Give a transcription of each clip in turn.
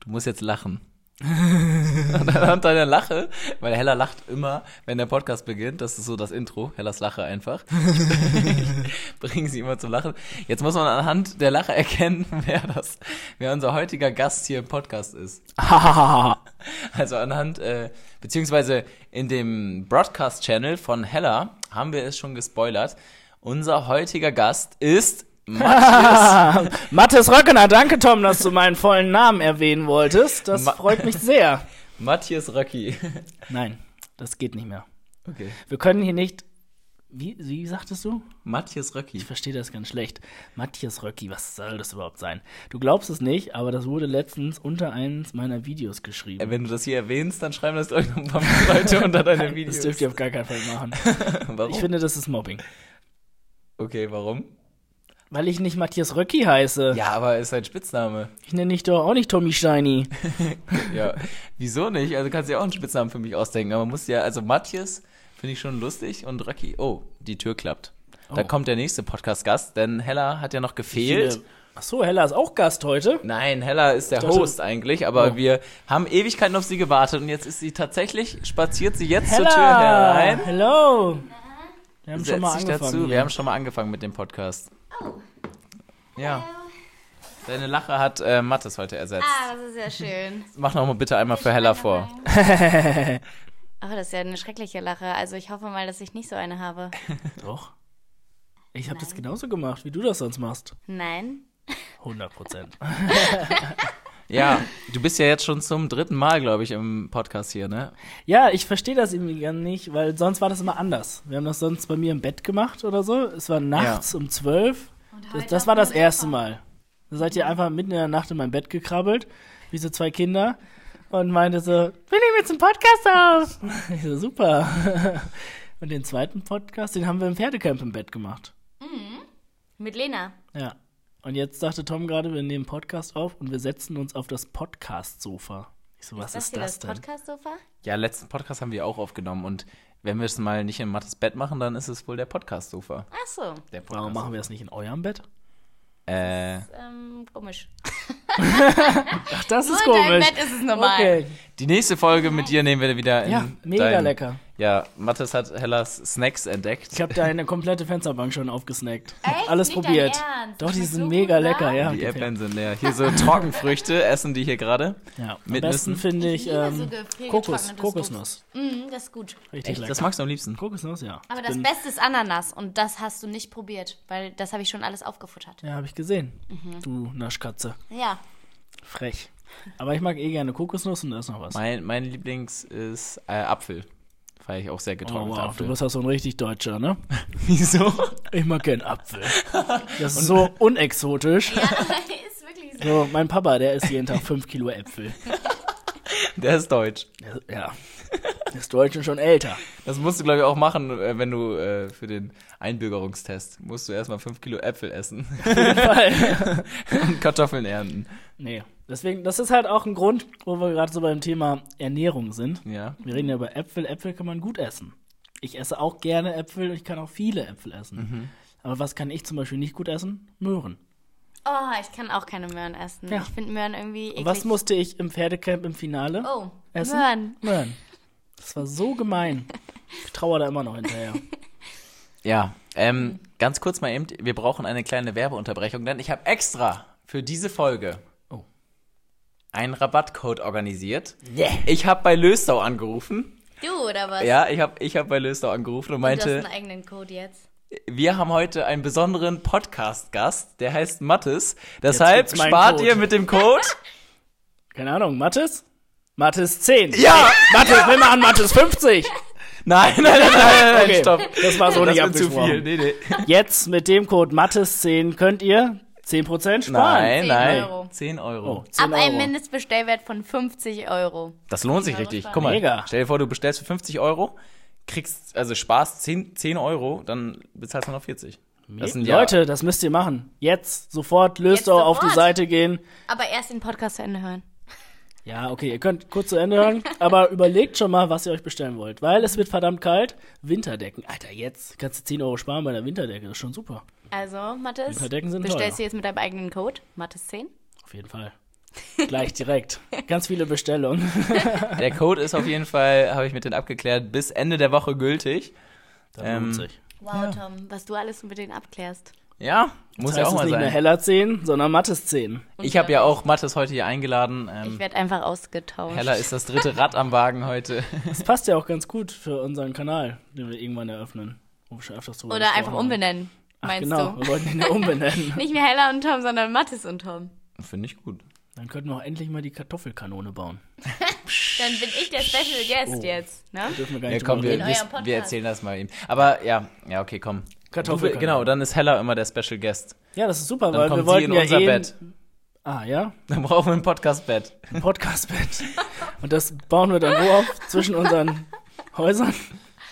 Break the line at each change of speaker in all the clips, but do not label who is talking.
du musst jetzt lachen. Und anhand deiner Lache, weil Hella lacht immer, wenn der Podcast beginnt, das ist so das Intro, Hellas Lache einfach. Bringen sie immer zum Lachen. Jetzt muss man anhand der Lache erkennen, wer das, wer unser heutiger Gast hier im Podcast ist. also anhand, äh, beziehungsweise in dem Broadcast-Channel von Hella haben wir es schon gespoilert. Unser heutiger Gast ist Matthias.
Mathis Röckener, danke Tom, dass du meinen vollen Namen erwähnen wolltest. Das
Ma-
freut mich sehr.
Matthias Röcki.
Nein, das geht nicht mehr.
Okay.
Wir können hier nicht. Wie, wie sagtest du?
Matthias Röcki.
Ich verstehe das ganz schlecht. Matthias Röcki, was soll das überhaupt sein? Du glaubst es nicht, aber das wurde letztens unter eines meiner Videos geschrieben.
Äh, Wenn du das hier erwähnst, dann schreiben das doch noch ein paar Leute unter deine Videos.
Das dürft ihr auf gar keinen Fall machen.
warum?
Ich finde, das ist Mobbing.
okay, warum?
Weil ich nicht Matthias Röcki heiße.
Ja, aber ist ein Spitzname.
Ich nenne dich doch auch nicht Tommy Steini.
Ja. Wieso nicht? Also kannst du ja auch einen Spitznamen für mich ausdenken. Aber musst ja, also Matthias finde ich schon lustig und Röcki. Oh, die Tür klappt. Da
Oh.
kommt der nächste Podcast-Gast, denn Hella hat ja noch gefehlt.
Achso, Hella ist auch Gast heute.
Nein, Hella ist der
dachte-
Host eigentlich, aber
Oh.
wir haben Ewigkeiten auf sie gewartet und jetzt ist sie tatsächlich, spaziert sie jetzt zur Tür
Hella!
herein.
Hello! Wir haben schon
Setzt
mal
sich
angefangen.
dazu.
hier.
Wir haben schon mal angefangen mit dem Podcast.
Oh,
Ja. Deine Lache hat äh, Mattes heute ersetzt.
ah, das ist ja schön.
Mach noch mal bitte einmal für Hella vor.
Oh, das ist ja eine schreckliche Lache. Also ich hoffe mal, dass ich nicht so eine habe.
Doch. Ich habe das genauso gemacht, wie du das sonst machst.
Nein.
100 Prozent.
Ja, du bist ja jetzt schon zum dritten Mal, glaube ich, im Podcast hier, ne?
Ja, ich verstehe das irgendwie gar nicht, weil sonst war das immer anders. Wir haben das sonst bei mir im Bett gemacht oder so. Es war nachts um 12. Das, das war das erste Mal. Da seid ihr einfach mitten in der Nacht in mein Bett gekrabbelt, wie so zwei Kinder, und meinte so, wir nehmen jetzt einen Podcast auf. Ich so, super. Und den zweiten Podcast, den haben wir im Pferdecamp im Bett gemacht.
Mit Lena.
Ja. Und jetzt sagte Tom gerade, wir nehmen Podcast auf und wir setzen uns auf das Podcast-Sofa. Ich so, was
das
ist
hier
das,
das
denn?
Podcast-Sofa?
Ja, letzten Podcast haben wir auch aufgenommen und wenn wir es mal nicht in Mattes Bett machen, dann ist es wohl der Podcast-Sofa.
Ach so,
Der Podcast.
Warum machen wir das nicht in eurem Bett?
Äh,
ist, ähm, komisch.
Ach, das ist
Nur in deinem
komisch.
Bett ist es normal.
Okay.
die nächste Folge mit dir nehmen wir wieder in
Ja, mega
dein-
lecker.
Ja, Mattes hat Hellas Snacks entdeckt.
Ich habe deine komplette Fensterbank schon aufgesnackt. Ich hab
Echt?
Alles
Nicht dein
probiert.
Ernst?
Doch,
Das
die
ist
sind
so
mega
gut,
lecker,
wa?
ja.
Die
gefällt mir.
Äpfel sind leer. Hier so Trockenfrüchte essen die hier gerade.
ja. Am
mit
besten
Nüssen.
finde
Ich
ich,
liebe so
ähm,
gefriergetrocknetes
Kokos,
Obst.
Kokosnuss.
Mhm, das ist gut.
Richtig
Echt?
lecker.
Das magst du am liebsten.
Kokosnuss, ja.
Aber
Ich
das
bin-
Beste ist Ananas und das hast du nicht probiert, weil das habe ich schon alles aufgefuttert.
Ja, habe ich gesehen.
Mhm.
Du Naschkatze.
Ja,
Frech. Aber ich mag eh gerne Kokosnuss und da ist noch was.
Mein, mein Lieblings ist äh, Apfel. Feier ich auch sehr
Oh,
getrocknet.
wow, du
Apfel.
bist auch so ein richtig Deutscher, ne?
Wieso?
Ich mag gern Apfel. Das ist so unexotisch.
ist wirklich so.
So, mein Papa, der isst jeden Tag 5 Kilo Äpfel.
Der ist deutsch.
Der- Ja. Das Deutsche schon älter.
Das musst du, glaube ich, auch machen, äh, wenn du äh, für den Einbürgerungstest musst du erstmal 5 Kilo Äpfel essen und Kartoffeln ernten.
Nee. Deswegen, das ist halt auch ein Grund, wo wir gerade so beim Thema Ernährung sind.
Ja.
Wir reden ja über Äpfel. Äpfel kann man gut essen. Ich esse auch gerne Äpfel und ich kann auch viele Äpfel essen. Aber was kann ich zum Beispiel nicht gut essen? Möhren.
Oh, ich kann auch keine Möhren essen.
Ja.
Ich finde Möhren irgendwie eklig.
Und was musste ich im Pferdecamp im Finale
Oh,
essen?
Möhren.
Möhren. Das war so gemein. Ich trauere da immer noch hinterher.
Ja. Ähm, ganz kurz mal eben, wir brauchen eine kleine Werbeunterbrechung, denn ich habe extra für diese Folge
Oh.
einen Rabattcode organisiert.
Yeah.
Ich habe bei Löstau angerufen.
Du oder was?
Ja, ich habe ich hab bei Löstau angerufen und
Du hast einen
meinte,
eigenen Code jetzt.
wir haben heute einen besonderen Podcast-Gast, der heißt Mattes.
Jetzt
Deshalb
gibt's meinen
spart
Code.
ihr mit dem Code.
Keine Ahnung, Mathis? Mathis 10.
Ja!
Mathis, will mal an Mathis 50.
Nein, nein, nein, nein, nein,
Okay,
stopp.
das war so
das
nicht
wird zu
abgesprochen.
viel. Nee, nee.
Jetzt mit dem Code Mattes10 könnt ihr 10% sparen.
Nein,
10
nein.
Euro.
10
Oh,
Euro.
10
Ab
Euro.
einem Mindestbestellwert von 50 Euro.
Das lohnt sich
Euro
richtig.
sparen.
Guck mal,
Mega.
stell dir vor, du bestellst für 50 Euro, kriegst, also sparst 10, 10 Euro, dann bezahlst du noch 40. Das sind ja-
Leute, das müsst ihr machen. Jetzt, sofort, löst
Jetzt
auch auf die
sofort.
Seite gehen.
Aber erst den Podcast zu Ende hören.
Ja, okay, ihr könnt kurz zu Ende hören, aber überlegt schon mal, was ihr euch bestellen wollt, weil es wird verdammt kalt. Winterdecken. Alter, jetzt kannst du 10 Euro sparen bei der Winterdecke, das ist schon super.
Also, Mathis,
Winterdecken sind
bestellst
teuer.
du jetzt mit deinem eigenen Code, Mathis 10?
Auf jeden Fall. Gleich direkt. Ganz viele Bestellungen.
Ähm, Der Code ist auf jeden Fall, habe ich mit denen abgeklärt, bis Ende der Woche gültig.
Das
Ähm,
lohnt sich.
Wow, Tom, was du alles mit denen abklärst.
Ja, muss
Das
ja
heißt,
auch
es
mal
ist nicht mehr
sein.
heller 10, sondern mattes 10.
Und
Ich habe ja auch Mathis heute hier eingeladen.
Ich
Ähm,
werde einfach ausgetauscht.
Hella ist das dritte Rad am Wagen heute.
Das passt ja auch ganz gut für unseren Kanal, den wir irgendwann eröffnen. Wo wir schon öfters drüber
Oder
gesprochen
einfach
haben.
umbenennen,
Ach,
meinst
genau,
du?
wir wollten ihn ja umbenennen.
Nicht mehr Hella und Tom, sondern Mathis und Tom.
Finde ich gut.
Dann könnten wir auch endlich mal die Kartoffelkanone bauen.
Dann bin ich der Special Guest
Oh.
jetzt, ne?
Dürfen wir gar
Ja,
nicht
komm,
drüber
wir,
reden.
eurem
wir,
Podcast.
wir erzählen das mal ihm. Aber ja, ja, okay, komm.
Kartoffelkanone.
Genau, dann ist Hella immer der Special Guest.
Ja, das ist super,
Dann
weil
kommt
wir
sie
wollten
in
ja
unser
eh
Bett.
Ah, ja?
Dann brauchen wir ein Podcast-Bett.
Ein Podcast-Bett. Und das bauen wir dann wo auf? Zwischen unseren Häusern?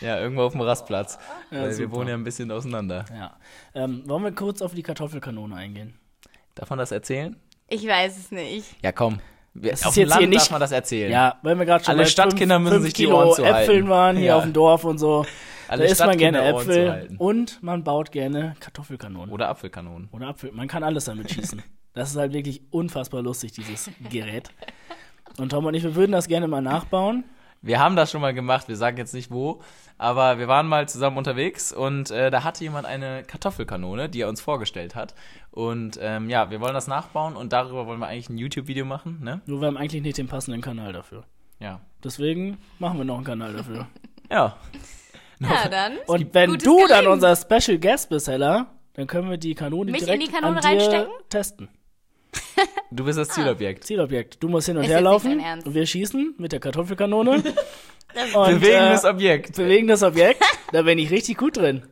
Ja, irgendwo auf dem Rastplatz. Weil wir
super.
wohnen ja ein bisschen auseinander.
Ja. Ähm, wollen wir kurz auf die Kartoffelkanone eingehen?
Darf man das erzählen?
Ich weiß es nicht.
Ja, komm. Wir,
Das
auf
ist
dem
jetzt
Land
hier nicht-
darf man das erzählen.
Ja, weil wir gerade schon
Alle
bei
Stadtkinder
fünf,
müssen
fünf
sich die
Kilo
Ohren zuhalten.
Äpfeln waren hier
Ja.
auf dem Dorf und so.
Alle
da isst man gerne
Stadtkinder Ohren
Äpfel
zuhalten.
und man baut gerne Kartoffelkanonen.
Oder Apfelkanonen.
Oder Apfel. Man kann alles damit schießen. Das ist halt wirklich unfassbar lustig, dieses Gerät. Und Tom und ich, wir würden das gerne mal nachbauen.
Wir haben das schon mal gemacht, wir sagen jetzt nicht wo, aber wir waren mal zusammen unterwegs und äh, da hatte jemand eine Kartoffelkanone, die er uns vorgestellt hat. Und ähm, ja, wir wollen das nachbauen und darüber wollen wir eigentlich ein YouTube-Video machen, ne?
Nur wir haben eigentlich nicht den passenden Kanal dafür.
Ja.
Deswegen machen wir noch einen Kanal dafür.
Ja.
Na dann.
Und wenn
gutes
du dann
Gelingen.
unser Special Guest bist, Hella, dann können wir die Kanone
Mich in
direkt
die Kanone
an dir
reinstecken?
testen.
Du bist das Zielobjekt.
Zielobjekt. Du musst hin und
Ist
her
jetzt nicht
laufen
dein Ernst.
und wir schießen mit der Kartoffelkanone. und,
Bewegendes
äh,
Objekt.
bewegendes Objekt. Da bin ich richtig gut drin.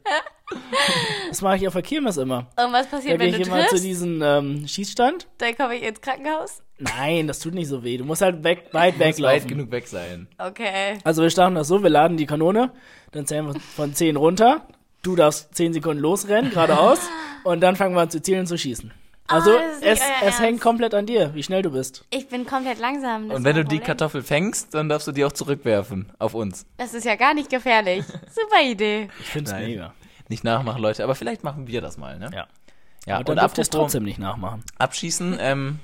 Das mache ich auf der Kirmes immer.
Und was
Da gehe
passiert, wenn
ich
du
immer zu
triffst?
diesem ähm, Schießstand.
Dann komme ich ins Krankenhaus?
Nein, das tut nicht so weh. Du musst halt weg,
Weit
weit weglaufen.
genug weg sein.
Okay.
Also wir starten das so, wir laden die Kanone, dann zählen wir von 10 runter. Du darfst 10 Sekunden losrennen, geradeaus. und dann fangen wir an zu zielen zu schießen. Also
Ah, das ist nicht
es,
euer
es
Ernst.
hängt komplett an dir, wie schnell du bist.
Ich bin komplett langsam. das
Und
ist
wenn du
mein
die
Problem.
Kartoffel fängst, dann darfst du die auch zurückwerfen auf uns.
Das ist ja gar nicht gefährlich. Super Idee.
Ich finde es
Nein.
mega.
Nicht nachmachen, Leute, aber vielleicht machen wir das mal, ne?
Ja.
Ja,
Aber dann
und
darf es
apropos
trotzdem nicht nachmachen.
abschießen, ähm,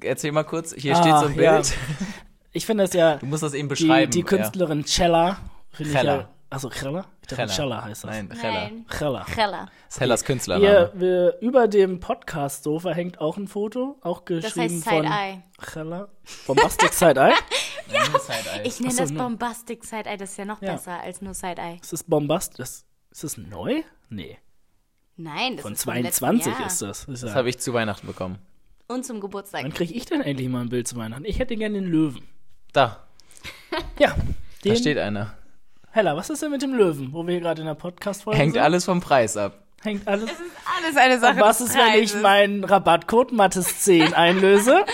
erzähl mal kurz, hier
Ah,
steht so ein Bild.
ja. Ich finde das ja,
Du musst das eben
die,
beschreiben.
die Künstlerin Cella, finde ich
Cella.
ja... Achso, Cella? Ich
ja.
dachte, Cella
Heller
heißt das.
Nein, Heller.
Nein.
Cella.
Kriller.
Das ist Hellers Künstlername.
Hier, wir, über dem Podcast-Sofa hängt auch ein Foto, auch geschrieben
heißt Side-Eye.
von Cella. Bombastic Side-Eye.
Ich nenne
Ach so,
das
ne.
Bombastic Side-Eye. Das ist ja noch
Ja.
besser als nur Side-Eye.
Ist das Bombast? Das, ist das neu? Nee.
Nein, das
Von
ist vom letzten
22
Jahr.
ist das. Ist
Das
ja.
habe ich zu Weihnachten bekommen.
Und zum Geburtstag.
Wann kriege ich denn endlich mal ein Bild zu Weihnachten? Ich hätte gerne den Löwen.
Da,
Ja. Den,
da steht einer.
Hella, was ist denn mit dem Löwen, wo wir hier gerade in der Podcast-Folge
Hängt
sind?
alles vom Preis ab.
Hängt alles.
Alles Ah, eine Sache.
Und was
des
ist, wenn ich
Preises.
meinen Rabattcode Mattes10 einlöse?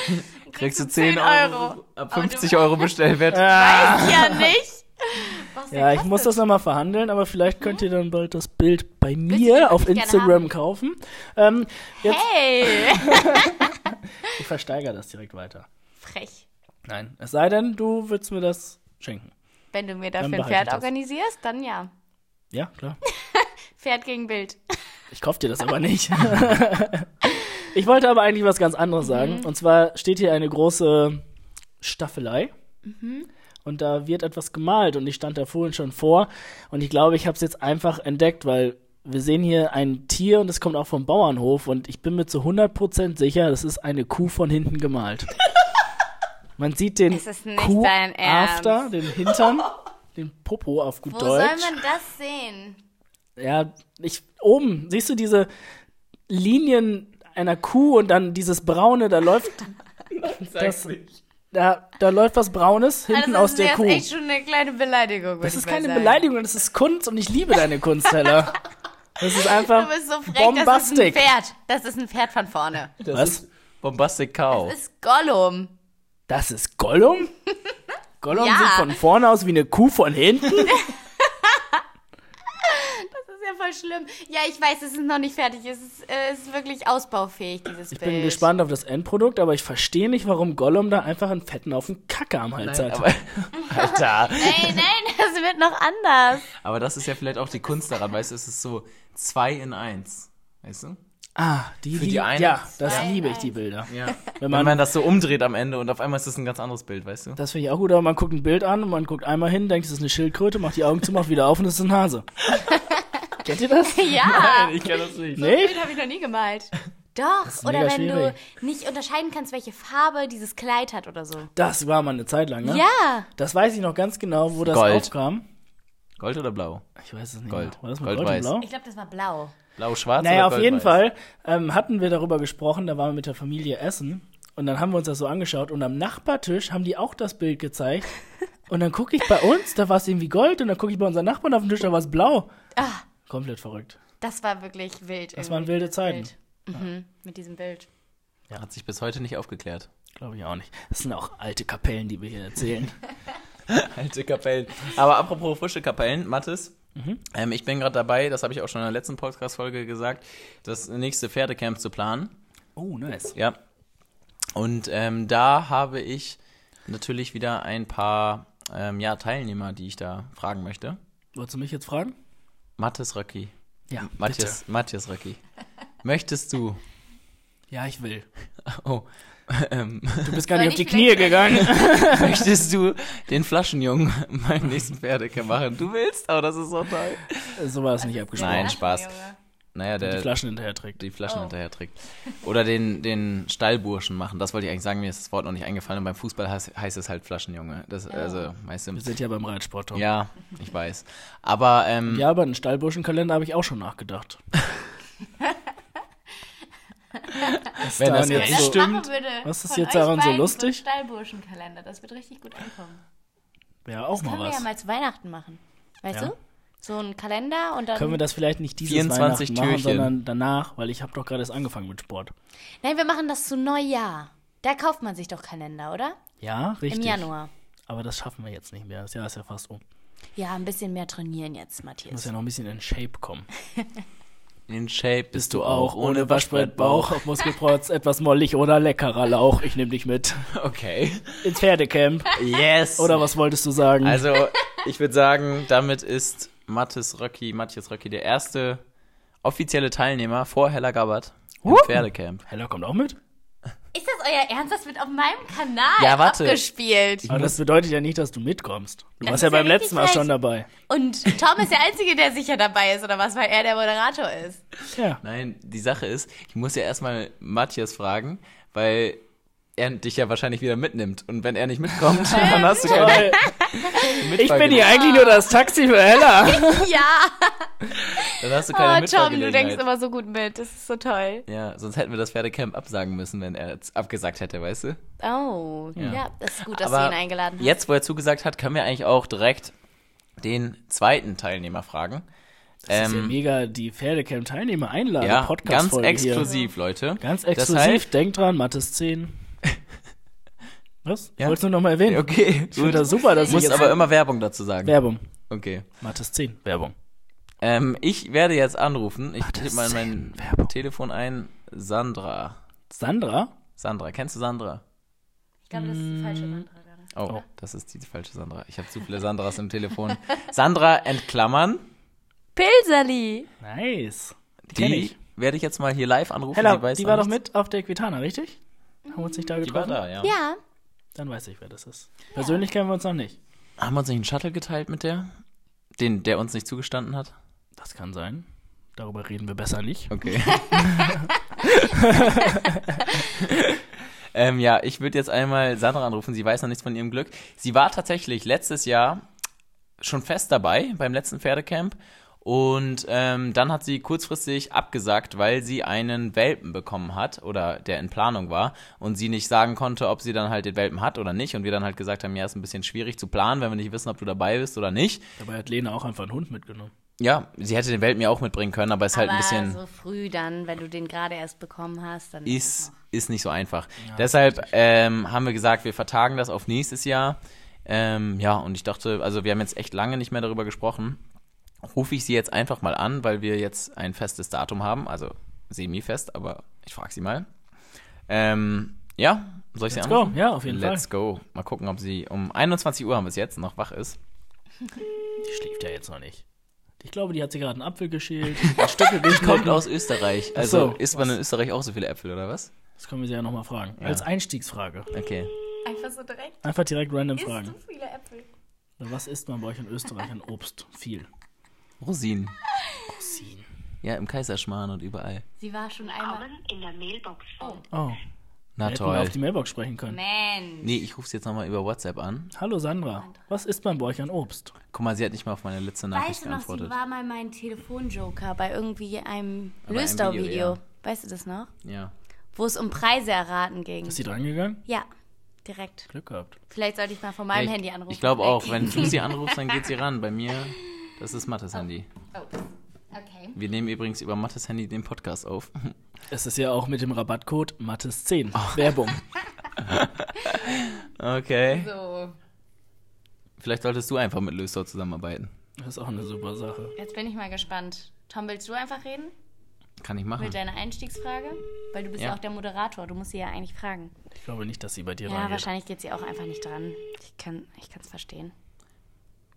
Kriegst du
du
10
10
Euro,
Euro.
ab
Aber
50 Euro Bestellwert.
Weiß ich ja nicht. Was denn
Ja, ich
kostet?
muss das nochmal verhandeln, aber vielleicht könnt ihr dann bald das Bild bei
du die
mir auf
wirklich gerne
Instagram kaufen. Ähm,
Hey!
ich versteigere das direkt weiter.
Frech.
Nein, es sei denn, du würdest mir das schenken.
Wenn du mir
Dann
dafür ein
behalte ich
Pferd
das.
organisierst, dann ja.
Ja, klar.
Pferd gegen Bild.
Ich kauf dir das aber nicht. ich wollte aber eigentlich was ganz anderes sagen.
Mhm.
Und zwar steht hier eine große Staffelei.
Mhm.
Und da wird etwas gemalt und ich stand da vorhin schon vor und ich glaube, ich habe es jetzt einfach entdeckt, weil wir sehen hier ein Tier und es kommt auch vom Bauernhof und ich bin mir zu 100% sicher, das ist eine Kuh von hinten gemalt. Man sieht den
Es ist nicht
Kuh
dein Ernst.
after, den Hintern, den Popo auf gut
Wo
Deutsch.
soll man das sehen?
Ja, ich oben, siehst du diese Linien einer Kuh und dann dieses braune, da läuft das da, da läuft was braunes hinten
also das
aus
ist
der
jetzt
Kuh.
echt schon eine kleine Beleidigung.
Das
würd
ist
ich mal
keine
sagen.
Beleidigung, das ist Kunst und ich liebe deine Kunst, Hella. Das ist einfach
Du bist so frech, das ist ein
Bombastik.
Pferd. Das ist ein Pferd von vorne.
Das
Was?
ist Bombastic Cow.
Das ist Gollum.
Das ist Gollum? Gollum
Ja.
sieht von vorne aus wie eine Kuh von hinten?
Das ist ja voll schlimm. Ja, ich weiß, es ist noch nicht fertig. Es ist, äh, es ist wirklich ausbaufähig, dieses
Ich
Bild.
bin gespannt auf das Endprodukt, aber ich verstehe nicht, warum Gollum da einfach einen fetten Haufen Kacke am Hals
Nein,
hat.
aber, Alter.
Nein, nein, das wird noch anders.
aber das ist ja vielleicht auch die Kunst daran, weißt du, es ist so 2 in 1. Weißt du?
Ah, die,
Für die eine-
Ja, das
Zwei,
liebe ich,
eins.
die Bilder.
Ja.
Wenn
Wenn
man,
man das so umdreht am Ende und auf einmal ist das ein ganz anderes Bild, weißt du?
das finde ich auch gut, aber man guckt ein Bild an und man guckt einmal hin, denkt, es ist eine Schildkröte, macht die Augen zu, macht wieder auf und es ist ein Hase. Kennt ihr das?
Ja.
ich kenne das nicht.
Nicht?
So ein Bild habe ich noch nie gemalt. Doch,
ist
oder
mega
wenn
schwierig.
du nicht unterscheiden kannst, welche Farbe dieses Kleid hat oder so.
Das war mal eine Zeit lang, ne?
Ja,
Das weiß ich noch ganz genau, wo das
Gold.
aufkam.
Gold oder blau?
Ich weiß es nicht.
Gold.
mehr. War das mal
Gold
Gold, und
weiß.
Blau?
ich glaube, das war blau.
Blau-schwarz
Naja,
oder
auf jeden
goldweiß?
Fall ähm, hatten wir darüber gesprochen, da waren wir mit der Familie essen und dann haben wir uns das so angeschaut und am Nachbartisch haben die auch das Bild gezeigt und dann gucke ich bei uns, da war es irgendwie Gold und dann gucke ich bei unseren Nachbarn auf dem Tisch, da war es blau.
Ah,
Komplett verrückt.
das war wirklich wild.
Das
irgendwie,
waren wilde
dieses
Zeiten.
Bild. Mhm, mit diesem Bild.
Hat sich bis heute nicht aufgeklärt.
Glaube ich auch nicht. Das sind auch alte Kapellen, die wir hier erzählen.
Alte Kapellen. Aber apropos frische Kapellen, Mathis, ähm, ich bin gerade dabei, das habe ich auch schon in der letzten Podcast-Folge gesagt, das nächste Pferdecamp zu planen.
Oh, nice.
Ja. Und ähm, da habe ich natürlich wieder ein paar ähm, ja, Teilnehmer, die ich da fragen möchte.
Wolltest du mich jetzt fragen?
Mathis Röcki.
Ja,
Matthias, Matthias Röcki. Möchtest du?
bitte. Ja, ich will.
Oh. Ähm,
Du bist gar nicht
Soll
auf die
ich
Knie gegangen.
möchtest du den Flaschenjungen beim nächsten Pferdecamp machen? Du willst, aber das ist so toll.
so war es nicht abgesprochen.
Nein,
Ach,
Spaß.
Junge.
Naja,
äh,
Die
der,
Flaschen hinterher trägt.
die Flaschen
Oh.
hinterher trägt. Oder den, den Stallburschen machen. Das wollte ich eigentlich sagen, mir ist das Wort noch nicht eingefallen. Und beim Fußball heißt, heißt es halt Flaschenjunge. Das, Also, weißt du.
Wir sind ja beim Reitsport, Tom.
Ja, ich weiß. Aber ähm,
Ja, aber einen Stallburschenkalender habe ich auch schon nachgedacht.
wenn das jetzt
daran jetzt
so,
Das
Stimmt.
machen würde
Was ist
von
jetzt
euch
daran so
beiden ein
lustig?
Stallburschenkalender, das wird richtig gut ankommen.
Wäre auch mal
Können wir
was.
ja mal zu Weihnachten machen. Weißt
Ja.
du? So einen Kalender und dann.
Können wir das vielleicht nicht dieses
24
Weihnachten machen,
Türchen.
sondern danach, weil ich habe doch gerade erst angefangen mit Sport.
Nein, wir machen das zu Neujahr. Da kauft man sich doch Kalender, oder?
Ja, richtig.
Im Januar.
Aber das schaffen wir jetzt nicht mehr. Das Jahr ist ja fast um.
Ja, ein bisschen mehr trainieren jetzt,
Ich muss
Matthias.
ja noch ein bisschen in Shape kommen.
in Shape bist du auch
ohne Waschbrettbauch, auf Muskelprotz, etwas mollig oder leckerer Lauch. Ich nehme dich mit.
Okay.
Ins Pferdecamp.
Yes.
Oder was wolltest du sagen?
Also, ich würde sagen, damit ist Mathis Röcki, Matthias Röcki der erste offizielle Teilnehmer vor Hella Gabbard im
Huh.
Pferdecamp.
Hella kommt auch mit.
Ist das euer Ernst? Das wird auf meinem Kanal
Ja, warte.
abgespielt.
Aber das bedeutet ja nicht, dass du mitkommst. Du
Das
warst ja
ist ja
beim letzten Mal
richtig
schon dabei.
Und Tom ist der Einzige, der sicher dabei ist, oder was? Weil er der Moderator ist.
Ja.
Nein, die Sache ist, ich muss ja erstmal Matthias fragen, weil er dich ja wahrscheinlich wieder mitnimmt. Und wenn er nicht mitkommt, dann hast du keine
Toll. Ich
Mitfahrgelegenheit.
bin hier eigentlich nur das Taxi für Hella.
Ja.
Dann hast du keine
Oh, Tom, du denkst
Mitfahrgelegenheit.
immer so gut mit. Das ist so toll.
Ja, sonst hätten wir das Pferdecamp absagen müssen, wenn er jetzt abgesagt hätte, weißt du?
Oh, ja. das ist gut, dass
Aber
du ihn eingeladen hast.
Jetzt, wo er zugesagt hat, können wir eigentlich auch direkt den zweiten Teilnehmer fragen.
Das ist ja
Ähm,
mega, die Pferdecamp-Teilnehmer einladen.
ja, ganz
Podcast-Folge hier.
exklusiv, Leute.
Ganz
Das
exklusiv,
heißt-
denk dran, Mattes 10. Was?
Ja.
Wolltest du nochmal erwähnen?
Okay,
Ich
du
finde das super, dass
du
ich
musst
jetzt
aber immer Werbung dazu sagen.
Werbung.
Okay.
Mattes 10, Werbung.
Ähm, ich werde jetzt anrufen. Ich
Warte,
tippe mal in
sehen,
mein
Werbung.
Telefon ein. Sandra.
Sandra?
Sandra, kennst du Sandra?
Ich glaube, das ist die falsche Mantra gerade.
Oh, das ist die falsche Sandra. Ich habe zu viele Sandras im Telefon. Sandra entklammern.
Pilserli.
Nice. Die kenn
Die
ich.
werde ich jetzt mal hier live anrufen.
Hella,
weiß
die
noch
war doch
nichts.
mit auf der Quitana, richtig? Haben wir uns nicht da
Die war
getroffen?
da, ja.
Ja.
Dann weiß ich, wer das ist. Persönlich kennen wir uns noch nicht.
Haben wir uns nicht einen Shuttle geteilt mit der? Den, der uns nicht zugestanden hat?
Das kann sein. Darüber reden wir besser nicht.
Okay. ähm, ja, ich würde jetzt einmal Sandra anrufen. Sie weiß noch nichts von ihrem Glück. Sie war tatsächlich letztes Jahr schon fest dabei beim letzten Pferdecamp. Und ähm, dann hat sie kurzfristig abgesagt, weil sie einen Welpen bekommen hat oder der in Planung war und sie nicht sagen konnte, ob sie dann halt den Welpen hat oder nicht. Und wir dann halt gesagt haben, ja, ist ein bisschen schwierig zu planen, wenn wir nicht wissen, ob du dabei bist oder nicht.
Dabei hat Lena auch einfach einen Hund mitgenommen.
Ja, sie hätte den Welpen ja auch mitbringen können, aber ist halt ein
Aber
bisschen.
so früh dann, wenn du den gerade erst bekommen hast, dann
ist, ist nicht so einfach. Deshalb ähm, haben wir gesagt, wir vertagen das auf nächstes Jahr. Ähm, ja, und ich dachte, also wir haben jetzt echt lange nicht mehr darüber gesprochen. Rufe ich sie jetzt einfach mal an, weil wir jetzt ein festes Datum haben, also semi-fest, aber ich frage sie mal. Ähm, ja, soll ich sie
Let's go.
anrufen?
Ja, auf jeden
Let's go. Mal gucken, ob sie um 21 Uhr haben wir es jetzt, noch wach ist.
Die schläft ja jetzt noch nicht. Ich glaube, die hat sie gerade einen Apfel geschält.
Stücke kommt aus Österreich. Also
so.
isst man in Österreich auch so viele Äpfel, oder was?
Das können wir sie ja nochmal fragen. Als Einstiegsfrage.
Okay.
Einfach so direkt.
Einfach direkt random
Isst
fragen.
du viele Äpfel?
Was isst man bei euch in Österreich an Obst? Viel.
Rosinen. Ja, im Kaiserschmarrn und überall.
Sie war schon einmal.
Willkommen in der Mailbox von
Oh,
Na
hätten wir
toll.
auf die Mailbox sprechen können.
Mensch.
Nee, ich rufe sie jetzt nochmal über WhatsApp an.
Hallo Sandra, was isst man bei euch an Obst?
Guck mal, sie hat nicht mal auf meine letzte Nachricht
Weißt du noch, sie
geantwortet.
war mal mein Telefonjoker bei irgendwie einem
einem Video,
Löstau-Video.
ja.
Weißt du das noch?
ja.
Wo es um Preise erraten ging.
Ist sie drangegangen?
Ja, direkt.
Glück gehabt.
Vielleicht sollte ich mal von meinem
ich,
Handy anrufen.
Ich glaube
Vielleicht-
auch, wenn du sie anrufst, dann geht sie ran. Bei mir, das ist Mattes Handy.
Oh, Okay.
Wir nehmen übrigens über Mattes Handy den Podcast auf.
Es ist ja auch mit dem Rabattcode Mattes10. Werbung.
Okay.
So,
Vielleicht solltest du einfach mit Löster zusammenarbeiten.
Das ist auch eine super Sache.
jetzt bin ich mal gespannt. Tom, willst du einfach reden
Kann ich machen.
mit deiner Einstiegsfrage? Weil du bist
Ah. Ja.
ja, auch der Moderator, du musst sie ja eigentlich fragen.
Ich glaube nicht, dass sie bei dir
Ja,
rangeht.
wahrscheinlich geht sie auch einfach nicht dran. Ich kann es verstehen.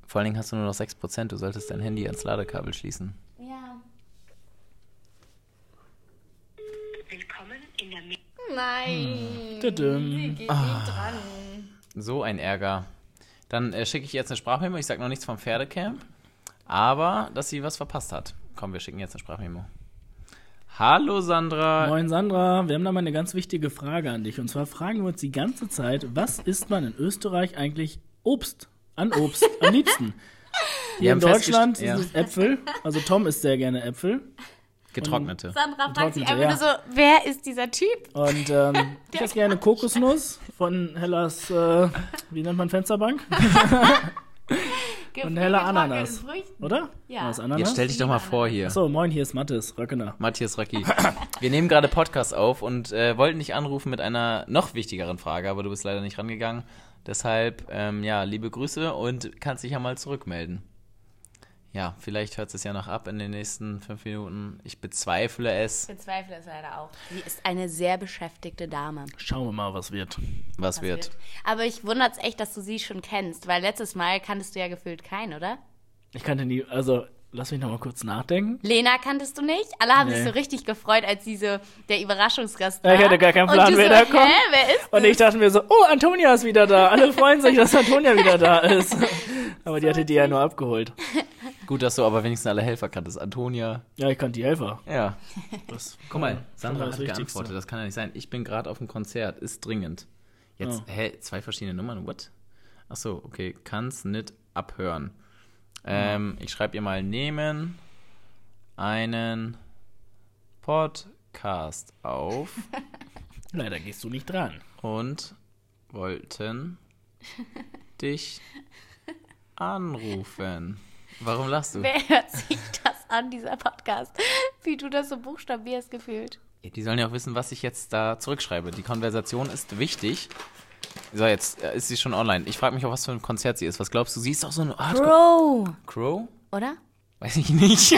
Vor allen Dingen hast du nur noch 6%. Du solltest dein Handy ans Ladekabel schließen.
Ja.
Willkommen in der Mail
Hm.
Nein.
Tü-tüm.
Geht
Ah.
nicht dran.
So ein Ärger. Dann äh, schicke ich jetzt eine Sprachmemo. Ich sage noch nichts vom Pferdecamp. Aber, dass sie was verpasst hat. Komm, wir schicken jetzt eine Sprachmemo. Hallo Sandra.
Moin Sandra, wir haben da mal eine ganz wichtige Frage an dich. Und zwar fragen wir uns die ganze Zeit, was isst man in Österreich eigentlich Obst? An Obst am liebsten. Hier in
haben festgest-
Deutschland
ja.
sind es Äpfel. Also Tom isst sehr gerne Äpfel.
Getrocknete.
Sandra fragt sich
Trocknete,
einfach
ja.
nur so, wer ist dieser Typ?
Und ähm, ich esse gerne Kokosnuss von Hellas, äh, wie nennt man Fensterbank? Und helle Ananas. Oder?
Ja.
War das Ananas?
Jetzt stell dich doch mal vor hier.
So, moin, hier ist Mattes, Röckener.
Matthias Racki. Wir nehmen gerade Podcast auf und äh, wollten dich anrufen mit einer noch wichtigeren Frage, aber du bist leider nicht rangegangen. Deshalb, ähm, ja, liebe Grüße und kannst dich ja mal zurückmelden. Ja, vielleicht hört es ja noch ab in den nächsten fünf Minuten. Ich bezweifle es.
Ich bezweifle es leider auch. Sie ist eine sehr beschäftigte Dame.
Schauen wir mal, was wird.
Was wird?
Aber ich wundere es echt, dass du sie schon kennst, weil letztes Mal kanntest du ja gefühlt keinen, oder?
Ich kannte nie, also lass mich nochmal kurz nachdenken.
Lena kanntest du nicht? Alle haben
Nee.
sich so richtig gefreut, als diese der Überraschungsgast
Ja,
war.
ich hatte gar keinen
Und
Plan,
du
wer
so,
da kommt.
Hä, wer ist
Und ich dachte mir so, oh, Antonia ist wieder da. Alle freuen sich, dass Antonia wieder da ist. Aber die hatte die ja nur abgeholt.
Gut, dass du aber wenigstens alle Helfer kanntest. Antonia.
Ja, ich kannte die Helfer.
Ja.
Das
Guck mal,
war
Sandra
das
hat
Wichtigste.
geantwortet. Das kann ja nicht sein. Ich bin gerade auf dem Konzert. Ist dringend. Jetzt,
Oh.
hä, zwei verschiedene Nummern? What? Ach so, okay. Kann's nicht abhören. Ähm, ich schreibe ihr mal, nehmen einen Podcast auf
Leider gehst du nicht dran.
und wollten dich anrufen. Warum lachst du?
Wer hört sich das an, dieser Podcast? Wie du das so buchstabierst gefühlt.
Die sollen ja auch wissen, was ich jetzt da zurückschreibe. Die Konversation ist wichtig. So, jetzt äh, ist sie schon online. Ich frage mich auch, was für ein Konzert sie ist. Was glaubst du? Sie ist doch so eine Art
Crow,
Crow?
oder?
Weiß ich nicht.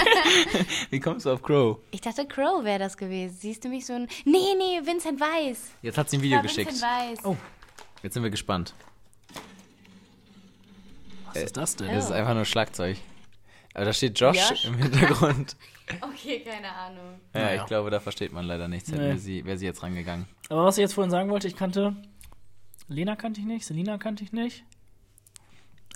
Wie kommst du auf Crow?
Ich dachte, Crow wäre das gewesen. Siehst du mich so ein... Nee, nee, Vincent Weiss.
Jetzt hat sie ein Video
Ja,
geschickt.
Vincent Weiss.
Jetzt sind wir gespannt.
Was ist das denn?
Das ist einfach nur Schlagzeug. Aber da steht Josh,
Josh?
im Hintergrund.
Okay, keine Ahnung.
Ja,
Naja.
ich glaube, da versteht man leider nichts.
Nee.
Wäre sie, wär sie jetzt rangegangen.
Aber was ich jetzt vorhin sagen wollte, ich kannte. Lena kannte ich nicht, Selina kannte ich nicht.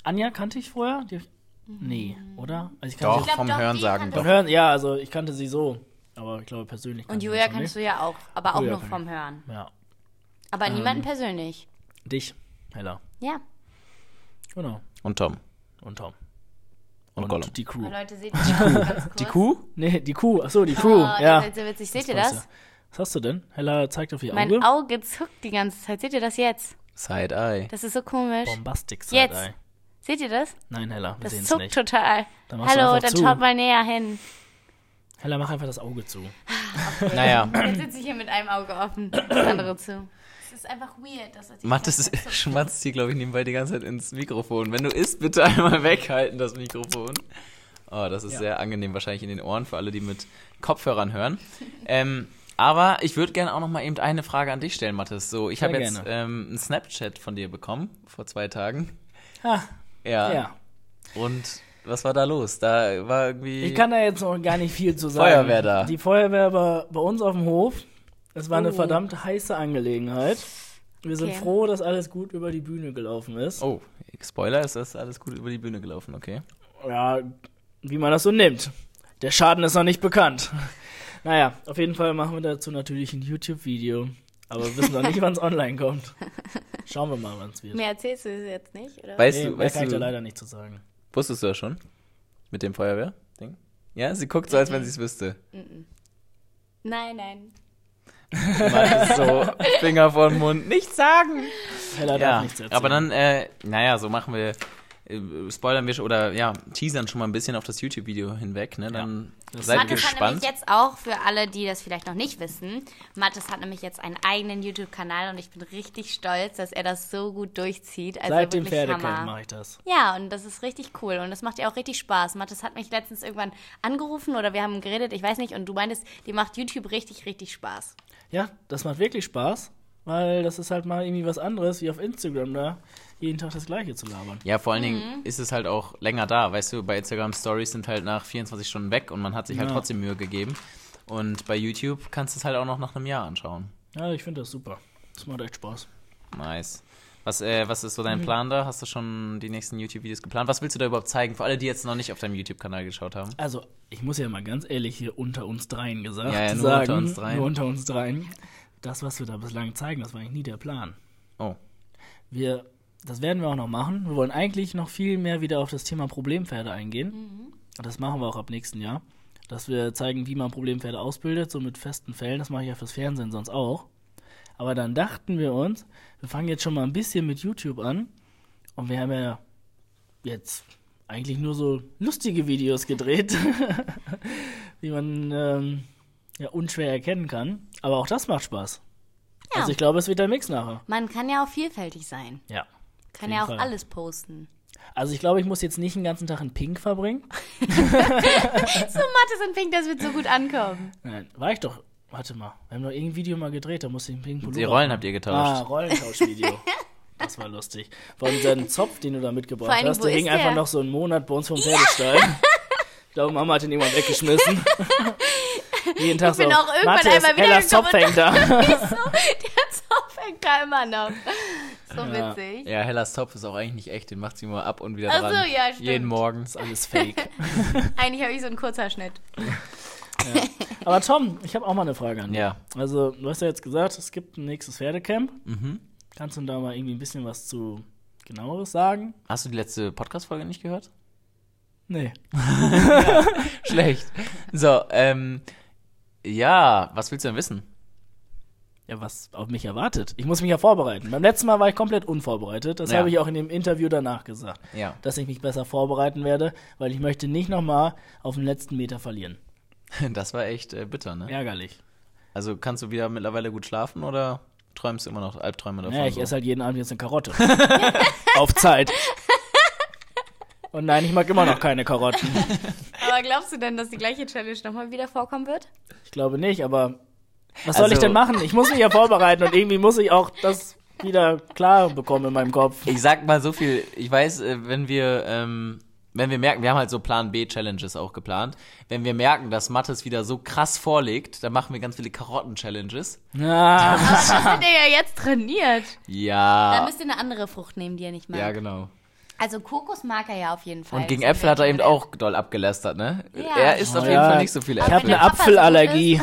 Anja kannte ich vorher. Die hab ich, nee,
Mhm.
oder? Also ich kannte
Doch,
Sie
glaub,
vom
doch, die
Hören sagen
kann
doch.
vom Hören, ja, also ich kannte sie so. Aber ich glaube persönlich.
Und Julia kannst du ja auch, aber auch
Julia
nur
kann Ähm.
vom Hören.
Ja.
Aber niemanden persönlich.
Dich, Hella.
Ja.
Genau.
Und Tom.
Und Tom.
Und, Gollum.
die Crew.
Leute, seht ihr das ganz kurz?
Die Kuh?
Nee, die Kuh. Achso, die Crew.
Oh,
ja.
Ihr seid so witzig. Seht ihr
war's
das?
ja. Was hast du denn? Hella zeigt auf ihr Auge.
Mein Auge zuckt die ganze Zeit. Seht ihr das jetzt?
Side-Eye.
Das ist so komisch.
Bombastic
Jetzt.
Side-Eye.
Seht ihr das?
Nein, Hella, wir
Das
sehen es
zuckt
nicht.
total.
Dann machst du
Hallo,
einfach
dann
zu.
schaut mal näher hin.
Hella, mach einfach das Auge zu.
Naja.
Jetzt sitze ich hier mit einem Auge offen, das andere zu. Es ist einfach weird, dass das
Mattes schmatzt hier, glaube ich, nebenbei die ganze Zeit ins Mikrofon. Wenn du isst, bitte einmal weghalten, das Mikrofon. Oh, das ist sehr angenehm, wahrscheinlich in den Ohren, für alle, die mit Kopfhörern hören. ähm, aber ich würde gerne auch noch mal eben eine Frage an dich stellen, Mattes. So, ich
Sehr
habe jetzt
gerne.
ähm, einen Snapchat von dir bekommen, vor zwei Tagen.
Ah,
Ja.
ja.
Und Was war da los? Da war irgendwie.
Ich kann da jetzt noch gar nicht viel zu sagen.
Feuerwehr da.
Die Feuerwehr war bei uns auf dem Hof. Es war eine verdammt heiße Angelegenheit. Wir sind
Oh. Okay.
froh, dass alles gut über die Bühne gelaufen ist.
oh, Spoiler, es ist alles gut über die Bühne gelaufen, okay.
Ja, wie man das so nimmt. Der Schaden ist noch nicht bekannt. Naja, auf jeden Fall machen wir dazu natürlich ein YouTube-Video. Aber wir wissen noch nicht, wann es online kommt. Schauen wir mal, wann es wird.
Mehr erzählst du jetzt nicht, oder?
Weißt
Äh, Nee,
du,
mehr
weißt
kann ich da
du,
leider nicht zu sagen.
wusstest du ja schon? Mit dem Feuerwehr-Ding? Ja, sie guckt so, als wenn sie es wüsste.
Nein, nein.
Man ist so Finger vor den Mund, nichts sagen.
Heller darf
Ja,
nichts erzählen.
aber dann, äh, naja, so machen wir, äh, spoilern wir schon, oder ja, teasern schon mal ein bisschen auf das YouTube-Video hinweg, ne? Dann seid
Mathis hat nämlich
gespannt.
jetzt auch, für alle, die das vielleicht noch nicht wissen, Mathis hat nämlich jetzt einen eigenen YouTube-Kanal und ich bin richtig stolz, dass er das so gut durchzieht. Also
Seit dem
wirklich
Pferdekamp
Hammer.
mache ich das.
Ja, und das ist richtig cool und das macht ihr auch richtig Spaß. Mathis hat mich letztens irgendwann angerufen oder wir haben geredet, ich weiß nicht, und du meintest, die macht YouTube richtig, richtig Spaß.
Ja, das macht wirklich Spaß, weil das ist halt mal irgendwie was anderes, wie auf Instagram da jeden Tag das Gleiche zu labern.
Ja, vor allen Dingen
Mhm.
ist es halt auch länger da. Weißt du, bei Instagram Stories sind halt nach 24 Stunden weg und man hat sich halt
Ja.
trotzdem Mühe gegeben. Und bei YouTube kannst du es halt auch noch nach einem Jahr anschauen.
Ja, ich finde das super. Das macht echt Spaß.
Nice. Was, äh, was ist so
Mhm.
dein Plan da? Hast du schon die nächsten YouTube-Videos geplant? Was willst du da überhaupt zeigen? Für alle, die jetzt noch nicht auf deinem YouTube-Kanal geschaut haben.
Also, ich muss ja mal ganz ehrlich hier unter uns dreien gesagt
Ja, ja, nur
sagen,
unter uns dreien.
nur unter uns dreien. Das, was wir da bislang zeigen, das war eigentlich nie der Plan.
Oh.
Wir, das werden wir auch noch machen. Wir wollen eigentlich noch viel mehr wieder auf das Thema Problempferde eingehen. Und Das machen wir auch ab nächsten Jahr. Dass wir zeigen, wie man Problempferde ausbildet, so mit festen Fällen. Das mache ich ja fürs Fernsehen sonst auch. Aber dann dachten wir uns, wir fangen jetzt schon mal ein bisschen mit YouTube an. Und wir haben ja jetzt eigentlich nur so lustige Videos gedreht, wie man ähm, ja unschwer erkennen kann. Aber auch das macht Spaß.
Ja.
Also ich glaube, es wird der Mix nachher.
Man kann ja auch vielfältig sein.
Ja.
Kann
jeden
ja auch
Fall.
alles posten.
Also ich glaube, ich muss jetzt nicht den ganzen Tag in Pink verbringen.
So Oh, Mathis und Pink, das wird so gut ankommen.
Nein, war ich doch. Warte mal, wir haben doch irgendein Video mal gedreht, da musste ich in Pink Pullover.
Die Rollen halt habt ihr getauscht.
Ah, Rollentauschvideo. das war lustig. Vor allem deinen Zopf, den du da mitgebracht
Vor allen Dingen,
hast,
wo
der hing
ist
einfach
der?
noch so einen Monat bei uns vom Pferdestall. Ich glaube, Mama hat ihn irgendwann weggeschmissen. Jeden Tag
Ich bin
so,
auch irgendwann
Matthias,
einmal wieder
Ellas Zopf
gekommen
hängt da.
Wieso? Der Zopf hängt da immer noch. So
Ja.
witzig.
Ja, Hellas Topf ist auch eigentlich nicht echt. Den macht sie immer ab und wieder
Ach
dran.
so, ja, stimmt.
Jeden Morgen.
Alles fake.
Eigentlich habe ich so einen Kurzhaarschnitt.
Aber Tom, ich habe auch mal eine Frage an dich.
Ja.
Also, du hast ja jetzt gesagt, es gibt ein nächstes Pferdecamp.
Mhm.
Kannst du da mal irgendwie ein bisschen was zu genaueres sagen?
Hast du die letzte Podcast-Folge nicht gehört?
Nee.
Schlecht. So, ähm, ja, was willst du denn wissen?
Ja, was auf mich erwartet. Ich muss mich ja vorbereiten. Beim letzten Mal war ich komplett unvorbereitet. Das
Ja.
habe ich auch in dem Interview danach gesagt.
Ja.
Dass ich mich besser vorbereiten werde, weil ich möchte nicht nochmal auf den letzten Meter verlieren.
Das war echt äh, bitter, ne?
Ärgerlich.
Also kannst du wieder mittlerweile gut schlafen oder träumst du immer noch Albträume davon?
Naja, ich
so?
esse halt jeden Abend jetzt eine Karotte. auf Zeit. Und nein, ich mag immer noch keine Karotten.
Aber glaubst du denn, dass die gleiche Challenge nochmal wieder vorkommen wird?
Ich glaube nicht, aber was soll ich
Also-
denn machen? Ich muss mich ja vorbereiten und irgendwie muss ich auch das wieder klar bekommen in meinem Kopf.
ich sag mal so viel, ich weiß, äh, wenn wir, ähm, wenn wir merken, wir haben halt so Plan B-Challenges auch geplant. Wenn wir merken, dass Mattes wieder so krass vorlegt, dann machen wir ganz viele Karotten-Challenges.
Ah,
Sind ihr ja jetzt trainiert. Dann
Ja.
müsst ihr eine andere Frucht nehmen, die ihr nicht mag.
Ah. Ja, genau.
Also Kokos mag er ja auf jeden Fall.
Und gegen Äpfel hat er eben auch doll abgelästert, ne?
Ja.
Er isst auf
Oh
jeden
ja.
Fall nicht so viele
ich habe
Äpfel.
eine
Papa so gut
Apfelallergie.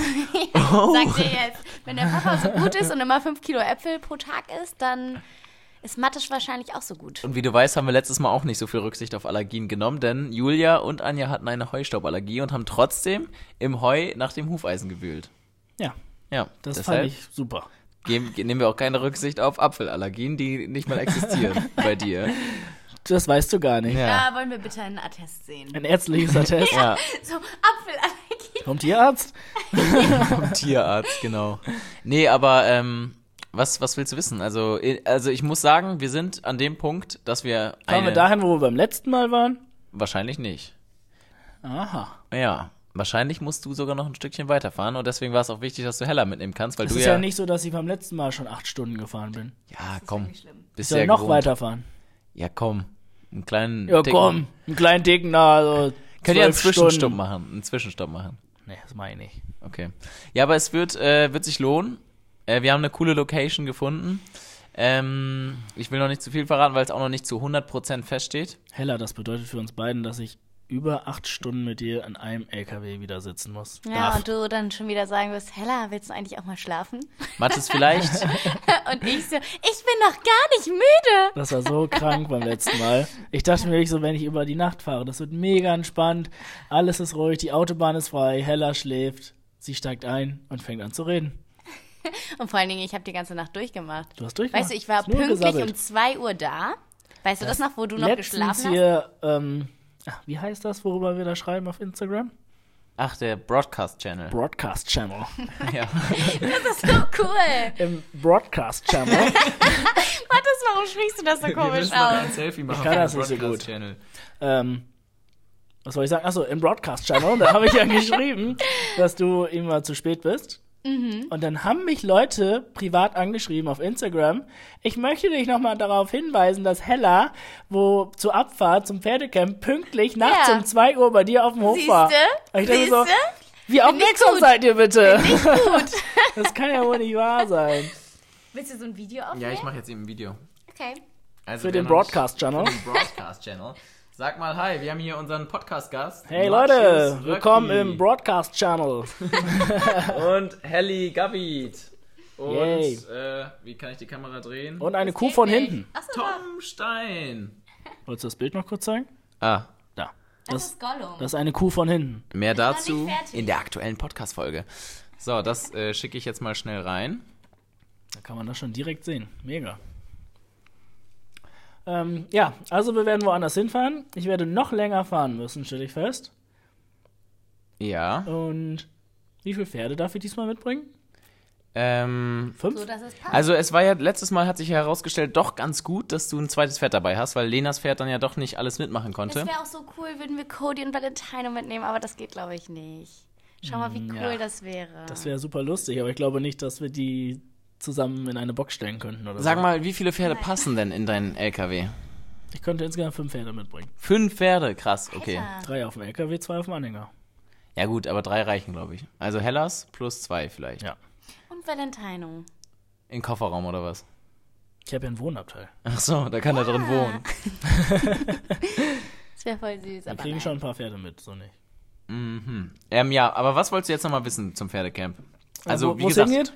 Oh.
Sagt ihr jetzt, wenn der Papa so gut ist und immer 5 Kilo Äpfel pro Tag isst, dann ist Mathis wahrscheinlich auch so gut.
Und wie du weißt, haben wir letztes Mal auch nicht so viel Rücksicht auf Allergien genommen, denn Julia und Anja hatten eine Heustauballergie und haben trotzdem im Heu nach dem Hufeisen gewühlt.
Ja,
Ja,
das
deshalb
fand ich super.
geben, nehmen wir auch keine Rücksicht auf Apfelallergien, die nicht mal existieren bei dir.
Das weißt du gar nicht.
Ja.
Da wollen wir bitte einen Attest sehen.
Ein ärztliches Attest.
Ja,
So, Apfelallergie.
Kommt ihr Arzt?
vom Tierarzt, genau. Nee, aber ähm, was, was willst du wissen? Also, eh, also ich muss sagen, wir sind an dem Punkt, dass wir,
Kommen wir
eine,
dahin, wo wir beim letzten Mal waren?
wahrscheinlich nicht.
Aha.
Ja, wahrscheinlich musst du sogar noch ein Stückchen weiterfahren und deswegen war es auch wichtig, dass du Hella mitnehmen kannst, weil
Es
du
ist
ja,
ja nicht so, dass ich beim letzten Mal schon acht Stunden gefahren bin.
Ja, komm.
schlimm.
Bist
Ich soll
ja
noch
gewohnt.
weiterfahren.
Ja, komm. Einen kleinen
Ja,
dicken-
komm, einen kleinen Dicken, na, also.
Könnt ihr einen
12
Zwischenstopp
Stunden.
machen? Einen Zwischenstopp machen.
Nee, das meine ich nicht.
Okay. Ja, aber es wird, äh, wird sich lohnen. Äh, wir haben eine coole Location gefunden. Ähm, ich will noch nicht zu viel verraten, weil es auch noch nicht zu 100% feststeht.
Hella, das bedeutet für uns beiden, dass ich über acht Stunden mit dir an einem LKW wieder sitzen muss.
Ja,
Darf.
und du dann schon wieder sagen wirst, Hella, willst du eigentlich auch mal schlafen?
Mathis, vielleicht,
Und ich so, ich bin noch gar nicht müde.
Das war so krank beim letzten Mal. Ich dachte mir wirklich so, wenn ich über die Nacht fahre, das wird mega entspannt. Alles ist ruhig, die Autobahn ist frei, Hella schläft. Sie steigt ein und fängt an zu reden.
Und vor allen Dingen, ich habe die ganze Nacht durchgemacht.
Du hast durchgemacht.
Weißt du, ich war
Hast nur
pünktlich
gesabbelt.
um 2 Uhr da. Weißt du das noch, wo du noch
Letztens
geschlafen hast?
hier, ähm, ach, wie heißt das, worüber wir da schreiben auf Instagram?
ach, der Broadcast-Channel.
Broadcast Channel.
ja.
Das ist so Oh, cool.
Im Broadcast Channel.
Mathis, warum sprichst du das so komisch aus?
Selfie machen.
Ich kann auf dem das nicht so gut. ähm, was soll ich sagen? Achso, im Broadcast Channel, da habe ich ja geschrieben, dass du immer zu spät bist.
Mhm.
Und dann haben mich Leute privat angeschrieben auf Instagram. Ich möchte dich nochmal darauf hinweisen, dass Hella, wo zur Abfahrt zum Pferdecamp pünktlich nachts
Ja.
um 2 Uhr bei dir auf dem Hof war. Und
Siehste?
ich dachte so,
Siehste?
wie
Bin ich
aufmerksam
gut.
seid ihr bitte?
Nicht gut.
Das kann ja wohl nicht wahr sein.
Willst du so ein Video aufnehmen?
Ja, ich mache jetzt eben ein Video.
Okay.
Also,
Für
wer
den
noch nicht-
Broadcast Channel.
Für den Broadcast-Channel. Sag mal, hi, wir haben hier unseren Podcast-Gast.
Hey
Matthias
Leute,
Röcki
willkommen im Broadcast Channel.
Und Helly Gabbit. Und,
Yay.
äh, wie kann ich die Kamera drehen?
Und eine Kuh von hinten.
Achso, da.
Tom Stein.
Wolltest du das Bild noch kurz zeigen?
Ah,
Da.
das
Das,
ist Gollum.
das ist eine Kuh von hinten.
Mehr
noch
dazu
nicht fertig.
in der aktuellen Podcast-Folge. So, das äh, schicke ich jetzt mal schnell rein.
Da kann man das schon direkt sehen. Mega. Ähm, ja, also wir werden woanders hinfahren. Ich werde noch länger fahren müssen, stelle ich fest.
Ja.
Und wie viele Pferde darf ich diesmal mitbringen?
Ähm,
Fünf?
so, dass es passt.
also es war ja, letztes Mal hat sich ja herausgestellt, doch ganz gut, dass du ein zweites Pferd dabei hast, weil Lenas Pferd dann ja doch nicht alles mitmachen konnte.
Das wäre auch so cool, würden wir Cody und Valentino mitnehmen, aber das geht, glaube ich, nicht. Schau mal, wie cool
Mm, ja.
das wäre.
Das wäre super lustig, aber ich glaube nicht, dass wir die zusammen in eine Box stellen könnten oder
Sag
so.
mal, wie viele Pferde passen denn in deinen LKW?
Ich könnte insgesamt fünf Pferde mitbringen.
Fünf Pferde, krass, okay.
Alter.
Drei auf dem LKW, zwei auf dem Anhänger.
Ja gut, aber drei reichen, glaube ich. Also Hellas plus zwei vielleicht.
Ja.
Und Valentino.
In Kofferraum oder was?
Ich habe ja einen Wohnabteil.
Ach so, da kann er drin wohnen.
Das wäre voll süß.
Wir
aber
kriegen
nein.
schon ein paar Pferde mit, so nicht.
Ähm, ja, aber was wolltest du jetzt nochmal wissen zum Pferdecamp? Also,
Wo-
wie
wo's
gesagt,
hingeht?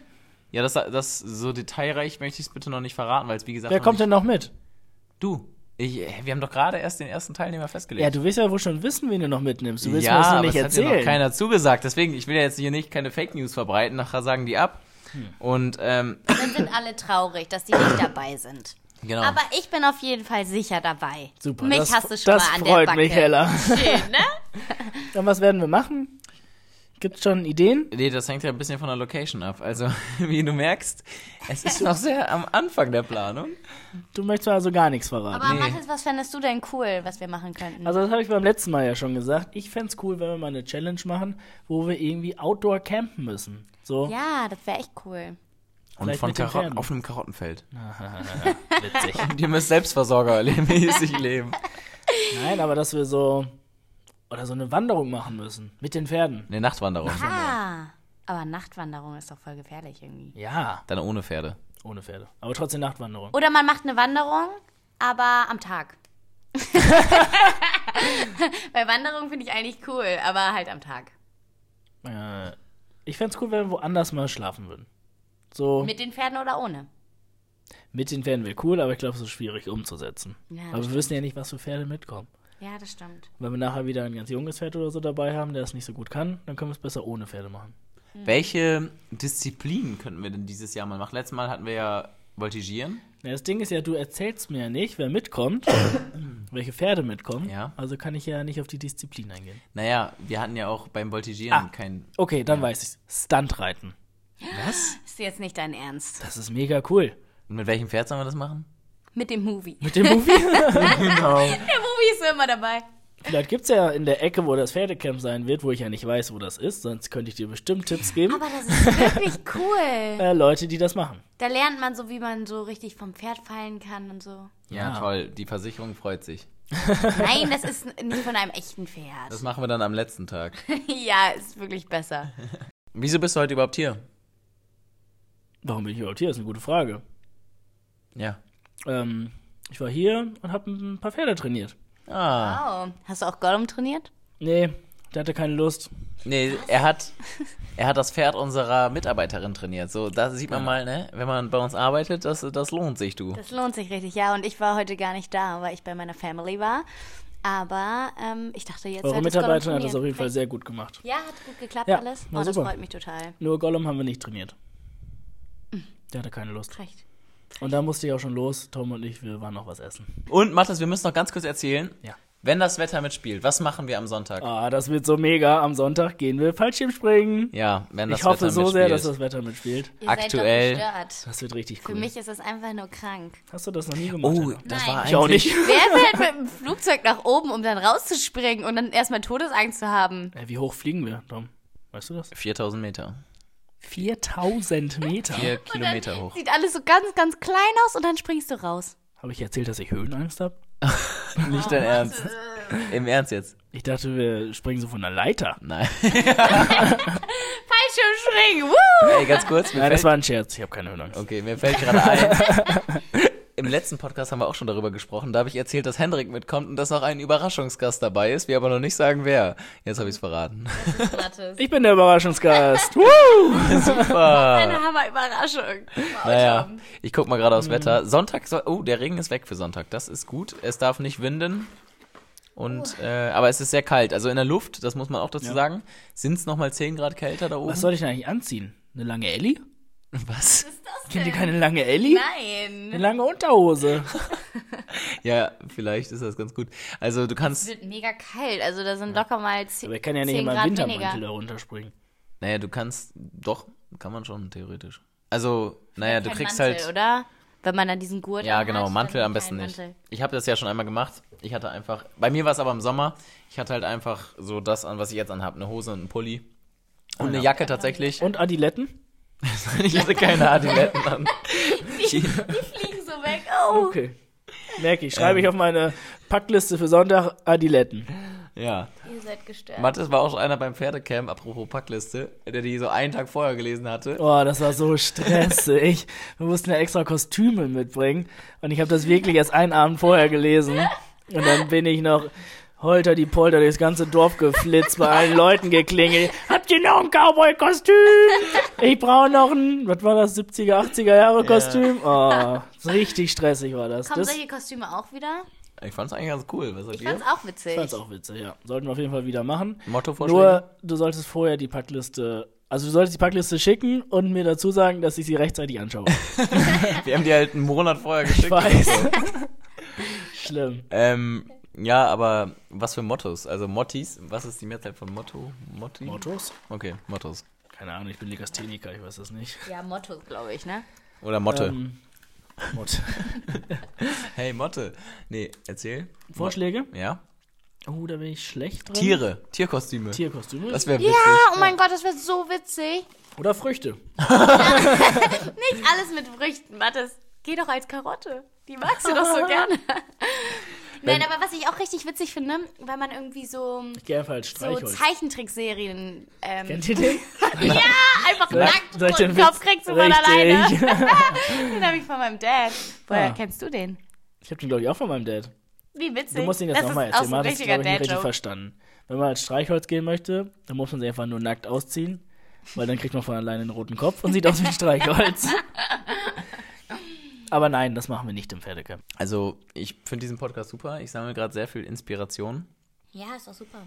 Ja, das, das so detailreich möchte ich es bitte noch nicht verraten, weil es wie gesagt.
Wer
noch
kommt
nicht,
denn noch mit?
Du. Ich, äh, wir haben doch gerade erst den ersten Teilnehmer festgelegt.
Ja, du willst ja wohl schon wissen, wen du noch mitnimmst. Du willst
ja,
mir das noch
aber
nicht
es
erzählen.
hat dir noch keiner zugesagt. Deswegen, ich will ja jetzt hier nicht keine Fake News verbreiten. Nachher sagen die ab. Und ähm,
Dann sind alle traurig, dass die nicht dabei sind.
genau.
Aber ich bin auf jeden Fall sicher dabei.
Super.
Mich
das,
hast du schon
das
mal an
freut
der Backe.
mich, Hella.
Schön, ne?
Dann was werden wir machen? Gibt's schon Ideen?
nee, das hängt ja ein bisschen von der Location ab. Also, wie du merkst, es ist noch sehr am Anfang der Planung.
Du möchtest mir also gar nichts verraten.
Aber Mathis, was fändest du denn cool, was wir machen könnten?
Also das habe ich beim letzten Mal ja schon gesagt. Ich fänd's cool, wenn wir mal eine Challenge machen, wo wir irgendwie Outdoor campen müssen. So,
ja, das wäre echt cool.
Und
Vielleicht
von
mit den
Karotten
Pferden.
auf einem Karottenfeld.
witzig.
Ihr müsst selbstversorgermäßig leben.
Nein, aber dass wir so oder so eine Wanderung machen müssen mit den Pferden.
Eine Nachtwanderung.
Ah, aber Nachtwanderung ist doch voll gefährlich irgendwie.
Ja,
Dann ohne Pferde.
ohne Pferde. Aber trotzdem Nachtwanderung.
Oder man macht eine Wanderung, aber am Tag. Weil Wanderung finde ich eigentlich cool, aber halt am Tag.
Äh, ich fänd's cool, wenn wir woanders mal schlafen würden. So
Mit den Pferden oder ohne?
mit den Pferden wäre cool, aber ich glaube, es ist schwierig umzusetzen.
Ja,
aber wir wissen ja nicht, was für Pferde mitkommen.
Ja, das stimmt.
Wenn wir nachher wieder ein ganz junges Pferd oder so dabei haben, der es nicht so gut kann, dann können wir es besser ohne Pferde machen.
Welche Disziplinen könnten wir denn dieses Jahr mal machen? Letztes Mal hatten wir ja Voltigieren.
Na, das Ding ist ja, du erzählst mir ja nicht, wer mitkommt, welche Pferde mitkommen.
Ja.
Also kann ich ja nicht auf die Disziplin eingehen.
Naja, wir hatten ja auch beim Voltigieren
Ah.
kein.
Okay, dann weiß ich's. Stuntreiten.
Was?
Ist jetzt nicht dein Ernst.
Das ist mega cool.
Und mit welchem Pferd sollen wir das machen?
Mit dem Movie.
Mit dem Movie.
Der Movie ist immer dabei.
Vielleicht gibt's ja in der Ecke, wo das Pferdecamp sein wird, wo ich ja nicht weiß, wo das ist, sonst könnte ich dir bestimmt Tipps geben.
Aber das ist wirklich cool.
Äh, Leute, die das machen.
Da lernt man so, wie man so richtig vom Pferd fallen kann und so.
Ja,
Ja.
toll. Die Versicherung freut sich.
Nein, das ist nicht von einem echten Pferd.
Das machen wir dann am letzten Tag.
ja, ist wirklich besser.
Wieso bist du heute überhaupt hier?
Warum bin ich überhaupt hier? Das ist eine gute Frage.
Ja.
Ähm, ich war hier und habe ein paar Pferde trainiert.
Ah.
Wow. Hast du auch Gollum trainiert?
Nee, der hatte keine Lust.
Nee, er hat, er hat das Pferd unserer Mitarbeiterin trainiert. So, da sieht
Ah.
man mal, ne, wenn man bei uns arbeitet, das, das lohnt sich, du.
Das lohnt sich richtig, ja. Und ich war heute gar nicht da, weil ich bei meiner Family war. Aber ähm, ich dachte jetzt.
Eure
hört das
Mitarbeiterin
Gollum
hat das auf jeden Fall
trainieren.
sehr gut gemacht.
Ja, hat gut geklappt
Ja,
alles. Oh,
war
das
super.
freut mich total.
Nur Gollum haben wir nicht trainiert.
Hm.
Der hatte keine Lust.
Recht.
Und da musste ich auch schon los. Tom und ich, wir waren noch was essen.
Und Mathis, wir müssen noch ganz kurz erzählen,
Ja.
wenn das Wetter mitspielt, was machen wir am Sonntag?
Ah, das wird so mega. Am Sonntag gehen wir Fallschirmspringen.
Ja, wenn das
ich hoffe
Wetter
so
mitspielt.
sehr, dass das Wetter mitspielt.
Ihr
Aktuell-
Seid doch gestört.
Das wird richtig
Für
cool.
mich ist das einfach nur krank.
Hast du das noch nie gemacht?
Oh,
Anna?
das
Nein.
war
ich auch
eigentlich-
nicht.
Wer fährt mit dem Flugzeug nach oben, um dann rauszuspringen und dann erstmal Todesangst zu haben?
Äh, Wie hoch fliegen wir, Tom? Weißt du das?
4000 Meter.
4000 Meter.
Vier
Und dann
Kilometer
Oh.
hoch.
Sieht alles so ganz, ganz klein aus und dann springst du raus.
Habe ich erzählt, dass ich Höhenangst habe?
Nicht dein Ernst. Im Ernst jetzt.
Ich dachte, wir springen so von einer Leiter.
Nein.
Fallschirmspringen, wuhu!
Ey, ganz kurz. Mir
Nein, das
fällt,
war ein Scherz. Ich habe keine Höhenangst.
okay, mir fällt gerade ein. Im letzten Podcast haben wir auch schon darüber gesprochen. Da habe ich erzählt, dass Hendrik mitkommt und dass noch ein Überraschungsgast dabei ist. Wir aber noch nicht sagen, wer. Jetzt habe ich es verraten.
Ich bin der Überraschungsgast. Woo!
Super.
Eine Hammerüberraschung. Wow,
Naja,
Tom.
ich guck mal gerade aufs Wetter. Sonntag soll. Oh, der Regen ist weg für Sonntag. Das ist gut. Es darf nicht winden. Und, äh, aber es ist sehr kalt. Also in der Luft, das muss man auch dazu sagen, sind es nochmal 10 Grad kälter da oben.
Was soll ich denn eigentlich anziehen? Eine lange Elli?
Was?
Was ist das
Kennt ihr
denn?
keine lange Elli?
Nein.
Eine lange Unterhose.
Ja, vielleicht ist das ganz gut. Also du
Es
kannst,
wird mega kalt, also da sind locker mal 10,
Aber ich kann ja nicht
10
immer
Grad
im Wintermantel
weniger.
da runterspringen.
naja, du kannst, doch, kann man schon, theoretisch. Also, naja, du
Kein
kriegst
Mantel,
halt,
oder? Wenn man dann diesen Gurt
ja
anhat,
genau,
dann
Mantel am
kein
besten nicht.
Mantel.
Ich habe das ja schon einmal gemacht. Ich hatte einfach, bei mir war es aber im Sommer, ich hatte halt einfach so das an, was ich jetzt anhab, eine Hose und einen Pulli. Und
Genau.
eine Jacke tatsächlich.
Und Adiletten?
Ich hatte keine Adiletten an.
Fliegen so weg. Oh.
Okay. Merke ich.
Ähm.
Schreibe ich auf meine Packliste für Sonntag Adiletten.
Ja.
Ihr seid gestört.
Mathis war auch schon einer beim Pferdecamp, apropos Packliste, der die so einen Tag vorher gelesen hatte.
Oh, das war so stressig. Wir mussten ja extra Kostüme mitbringen. Und ich habe das wirklich erst einen Abend vorher gelesen. Und dann bin ich noch holter die Polter durchs ganze Dorf geflitzt, bei allen Leuten geklingelt. Habt ihr noch ein Cowboy-Kostüm? Ich brauche noch ein, was war das, 70er, 80er Jahre Kostüm? Oh, so richtig stressig war das.
Kommen
das
solche Kostüme auch wieder?
Ich fand's eigentlich ganz cool. Was sagt
Ich
ihr?
fand's auch witzig.
fand's auch witzig, ja. Sollten wir auf jeden Fall wieder machen.
Mottovorschläge?
Nur, du solltest vorher die Packliste, also du solltest die Packliste schicken und mir dazu sagen, dass ich sie rechtzeitig anschaue.
Wir haben die halt einen Monat vorher geschickt.
weiß. Schlimm.
Ähm, ja, aber was für Mottos? Also Mottis, was ist die Mehrzahl von Motto? Motti?
Mottos?
Okay, Mottos.
Keine Ahnung, ich bin Legastheniker, ich weiß das nicht.
Ja, Motto, glaube ich, ne?
Oder Motte.
Ähm, Mott.
Hey, Motte. Nee, erzähl.
Vorschläge?
Ja.
Oh, da bin ich schlecht drin.
Tiere. Tierkostüme.
Tierkostüme.
Das wäre witzig.
Ja, oh mein Gott, das wäre so witzig.
Oder Früchte.
Nicht alles mit Früchten, Mathis. Geh doch als Karotte. Die magst du doch so gerne. Nein, aber was ich auch richtig witzig finde, weil man irgendwie so,
Ich gehe einfach als
so
Streichholz.
Zeichentrickserien ähm,
Kennt ihr den?
ja, Ah, einfach nackt
soll
und
ich den
den Kopf
Witz-
kriegst du von alleine.
Richtig.
Den habe ich von meinem Dad. Woher
Ah.
kennst du den?
Ich hab den, glaube ich, auch von meinem Dad.
Wie witzig.
Du musst ihn jetzt
das
nochmal
ist auch
erzählen.
so ein
Man hat das,
richtiger
glaube ich, nicht richtig
Dad-Joke.
verstanden. Wenn man als Streichholz gehen möchte, dann muss man sich einfach nur nackt ausziehen, weil dann kriegt man von alleine einen roten Kopf und sieht aus wie ein Streichholz. Aber nein, das machen wir nicht im Pferdecamp.
Also, ich finde diesen Podcast super. Ich sammle gerade sehr viel Inspiration.
Ja, ist doch super.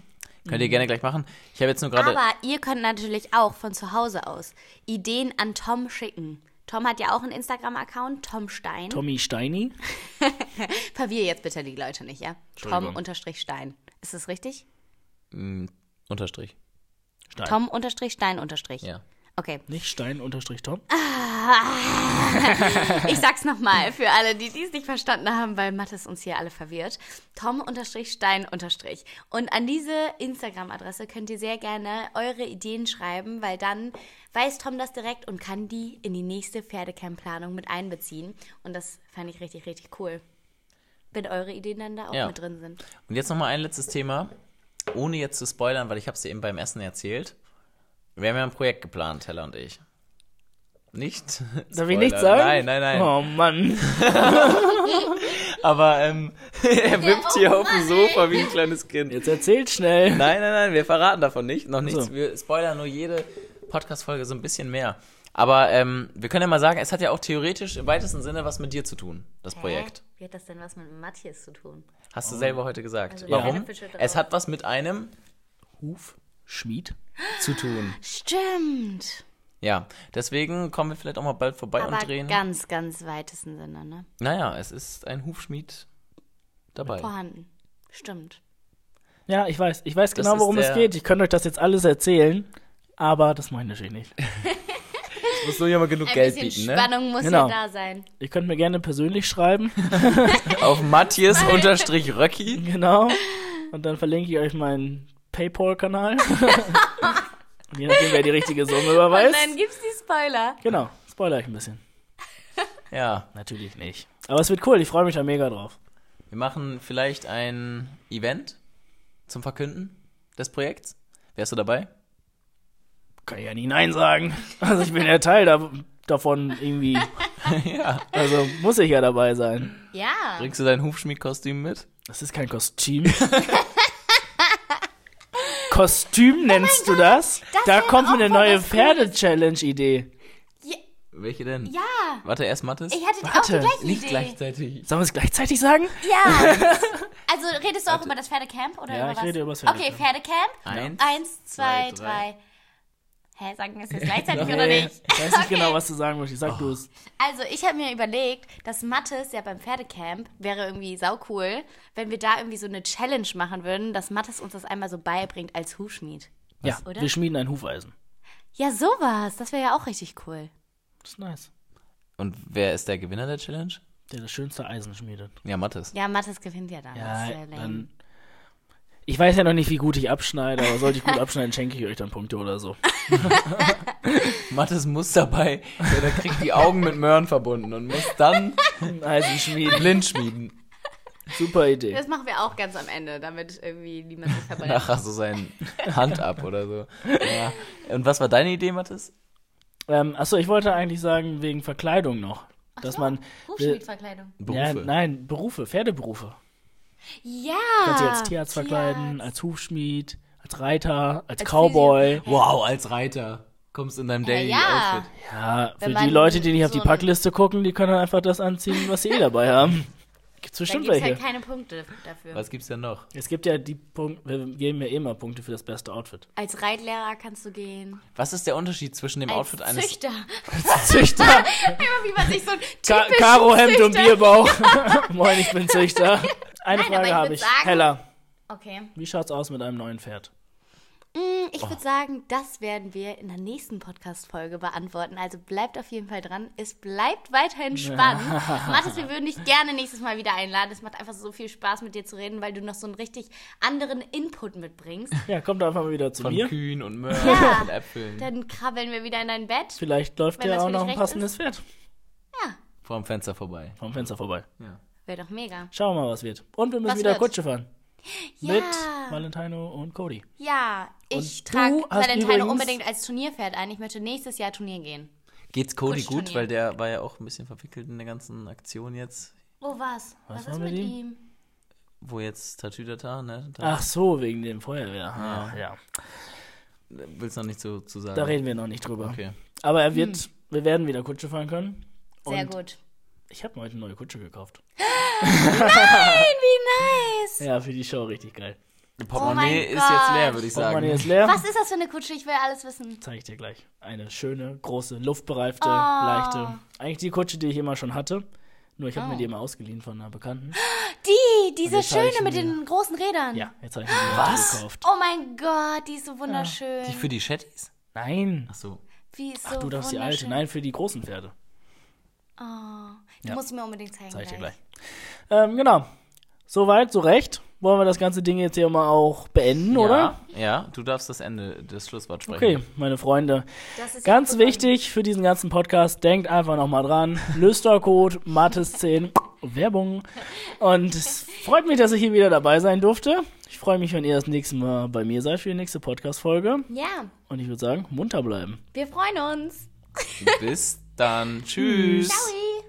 Mhm.
Könnt ihr gerne gleich machen. Ich habe jetzt nur gerade.
Aber ihr könnt natürlich auch von zu Hause aus Ideen an Tom schicken. Tom hat ja auch einen Instagram-Account, Tom Stein.
Tommy Steini.
Verwirr jetzt bitte die Leute nicht, ja? Tom unterstrich Stein. Ist das richtig?
Mm, Unterstrich.
Nein.
Tom unterstrich Stein unterstrich.
Ja.
Okay,
Nicht Stein unterstrich Tom.
ich sag's nochmal für alle, die dies nicht verstanden haben, weil Mathis uns hier alle verwirrt. Tom unterstrich Stein unterstrich. Und an diese Instagram-Adresse könnt ihr sehr gerne eure Ideen schreiben, weil dann weiß Tom das direkt und kann die in die nächste Pferdecamp-Planung mit einbeziehen. Und das fand ich richtig, richtig cool. wenn eure Ideen dann da auch
Ja.
mit drin sind.
Und jetzt nochmal ein letztes Thema, ohne jetzt zu spoilern, weil ich habe es dir eben beim Essen erzählt. Wir haben ja ein Projekt geplant, Hella und ich. Nicht?
Darf ich nichts
Spoilern. Nein,
sagen?
nein, nein.
Oh Mann.
Aber ähm, er wippt hier
oh
auf dem
Mann,
Sofa wie ein kleines Kind.
Jetzt erzählt schnell.
Nein, nein, nein, wir verraten davon nicht, noch nichts.
so.
Wir spoilern nur jede Podcast-Folge so ein bisschen mehr. Aber ähm, wir können ja mal sagen, es hat ja auch theoretisch im weitesten Sinne was mit dir zu tun, das Projekt.
Hä? Wie hat das denn was mit Matthias zu tun?
Hast du selber heute gesagt.
Also der
Warum?
Händefisch wird
Es
drauf.
hat was mit einem
Hufschmied?
zu tun.
Stimmt.
Ja, deswegen kommen wir vielleicht auch mal bald vorbei
Aber
und drehen.
ganz, ganz weitesten Sinne, ne?
Naja, es ist ein Hufschmied dabei.
Vorhanden. Stimmt.
Ja, ich weiß. Ich weiß genau,
ist
worum es
der-
geht. Ich könnte euch das jetzt alles erzählen, aber das mache ich natürlich nicht.
Musst du ja mal genug
Ein
Geld
bisschen
bieten, ne?
Spannung muss
Genau.
ja da sein.
Ihr könnt mir gerne persönlich schreiben.
Auf Matthias-Röcki.
genau. Und dann verlinke ich euch meinen Paypal-Kanal. Und Je nachdem, wer die richtige Summe
Und dann
Oh
überweist.
gibt's die Spoiler.
Genau. Spoiler ich ein bisschen.
Ja,
Natürlich nicht. Aber es wird cool. Ich freue mich da mega drauf.
Wir machen vielleicht ein Event zum Verkünden des Projekts. Wärst du dabei?
Kann ich ja nie Nein sagen. Also ich bin ja Teil da davon irgendwie.
ja.
Also muss ich ja dabei sein.
Ja.
Bringst du dein Hufschmied-Kostüm mit?
Das ist kein Kostüm. Kostüm nennst du das?
Oh das
da
wäre
kommt
auch
mir eine
mal
neue
was Cooles.
Pferde-Challenge-Idee.
Ja.
Welche denn?
ja.
Warte, erst Mathis.
Ich hatte auch
Warte,
die gleiche
Nicht
Idee.
gleichzeitig.
Sollen wir es gleichzeitig sagen?
Ja. Also redest du auch über das Pferdecamp oder
Ja,
über
ich
was?
rede über das
Pferdecamp. Okay, Pferdecamp.
Eins,
Eins,
zwei,
zwei,
drei.
drei. Hä, sagen wir es jetzt gleichzeitig oder
Nee,
nicht?
Ich weiß nicht genau, was du sagen möchtest. Sag du es.
Also, ich habe mir überlegt, dass Mattes ja beim Pferdecamp wäre irgendwie saucool, wenn wir da irgendwie so eine Challenge machen würden, dass Mattes uns das einmal so beibringt als Hufschmied.
Ja,
oder?
wir schmieden ein Hufeisen.
Ja, sowas. Das wäre ja auch richtig cool.
Das ist nice.
Und wer ist der Gewinner der Challenge?
Der das schönste Eisen schmiedet.
Ja, Mathis.
Ja, Mattes gewinnt ja dann. das
Ja,
ist ja lame.
dann. Ich weiß ja noch nicht, wie gut ich abschneide, aber sollte ich gut abschneiden, schenke ich euch dann Punkte oder so.
Mathis muss dabei, ja, der kriegt die Augen mit Möhren verbunden und muss dann
Ein Eisen schmieden.
blind schmieden.
Super Idee.
Das machen wir auch ganz am Ende, damit irgendwie niemand sich verbrennt.
Nachher so seine Also Hand ab oder so. Ja. Und was war deine Idee, Mathis?
Ähm, achso, ich wollte eigentlich sagen, wegen Verkleidung noch. Dass man.
Hufschmiedverkleidung.
Ja,
Berufe.
nein, Berufe, Pferdeberufe.
Ja.
Kannst du als Tierarzt verkleiden,
Ah, Tierarzt.
als Hufschmied, als Reiter, als,
Als
Cowboy.
wow, als Reiter. Kommst in deinem Daily
ja.
Outfit.
Ja, für
Wenn
die
man
Leute, die nicht auf
so
die Packliste gucken, die können dann einfach das anziehen, was sie eh dabei haben. Gibt's
Da
bestimmt
gibt es
welche.
halt keine Punkte dafür.
Was gibt's denn noch?
es gibt ja die Punkte, wir geben ja eh immer Punkte für das beste Outfit.
Als Reitlehrer kannst du gehen.
Was ist der Unterschied zwischen dem
Als
Outfit eines
Züchter.
Züchter!
Immer wie man sich so ein
Ka
typisch
Karo Hemd und
Züchter-
Bierbauch. Moin, ich bin Züchter. Eine
Nein, aber ich
Frage habe
würd
ich.
sagen-
Hella,
Okay.
wie schaut's aus mit einem neuen Pferd?
Mm, Ich
Oh.
würde sagen, das werden wir in der nächsten Podcast-Folge beantworten. Also bleibt auf jeden Fall dran. Es bleibt weiterhin spannend. Mathis, wir würden dich gerne nächstes Mal wieder einladen. Es macht einfach so viel Spaß, mit dir zu reden, weil du noch so einen richtig anderen Input mitbringst.
Ja, kommt einfach mal wieder zu
von
mir.
Kühen und Möhren
Ja.
und Äpfeln
Dann krabbeln wir wieder in dein Bett.
Vielleicht läuft
Wenn
ja
das
auch
für
noch
dich
ein
recht
passendes Pferd
Ja,
vor dem Fenster vorbei.
vom Fenster vorbei.
Ja.
wäre doch mega.
Schauen wir mal, was wird. Und wir müssen
Was
wieder
wird?
Kutsche fahren.
Ja.
Mit Valentino und Cody.
Ja, ich
Und du
trage
hast übrigens-
Valentino unbedingt als Turnierpferd ein. Ich möchte nächstes Jahr Turnier gehen.
Geht's Cody
Kuschturnier.
gut, weil der war ja auch ein bisschen verwickelt in der ganzen Aktion jetzt,
Oh, was? Was,
war
ist
mit
mit
ihm?
ihm?
wo jetzt Tatütata, ne? Da
Ach so, wegen dem Feuerwehr. Ach, ja.
willst du noch nicht so zu sagen.
Da reden wir noch nicht drüber.
Oh
Okay.
Aber er wird,
Hm.
wir werden wieder Kutsche fahren können.
Sehr
Und
gut.
Ich habe mir heute eine neue Kutsche gekauft. Ah.
Nein, wie nice!
Ja, für die Show richtig geil.
Der Portemonnaie
Oh
ist
mein
jetzt
Gott.
leer, würde ich
Sagen.
sagen.
ist leer.
Was ist das für eine Kutsche? Ich will alles wissen.
Zeige ich dir gleich. Eine schöne, große, luftbereifte,
Oh.
leichte. Eigentlich die Kutsche, die ich immer schon hatte. Nur ich habe
Oh.
mir die immer ausgeliehen von einer Bekannten.
Die, diese
jetzt habe ich
schöne mit
mir-
den großen Rädern.
Ja, jetzt habe ich mir die heute gekauft.
Oh mein Gott, die ist so wunderschön.
Die für die Shetties?
Nein.
Ach so.
Die ist
Ach,
so
du darfst die alte.
Oh, wunderschön.
Nein, für die großen Ppferde.
Oh, die
Ja.
musst du mir unbedingt zeigen.
Zeige ich dir
gleich.
gleich. Ähm, genau. Soweit, so recht. Wollen wir das ganze Ding jetzt hier mal auch beenden, oder?
Ja, ja, du darfst das Ende, das Schlusswort sprechen.
Okay, meine Freunde.
Das ist
Ganz
jetzt so-
wichtig für diesen ganzen Podcast, denkt einfach nochmal dran. Lüstercode, Mattes 10 Werbung. Und es freut mich, dass ich hier wieder dabei sein durfte. Ich freue mich, wenn ihr das nächste Mal bei mir seid für die nächste Podcast-Folge.
Ja,
Und ich würde sagen, munter bleiben.
wir freuen uns.
Bis dann. Tschüss.
Ciao.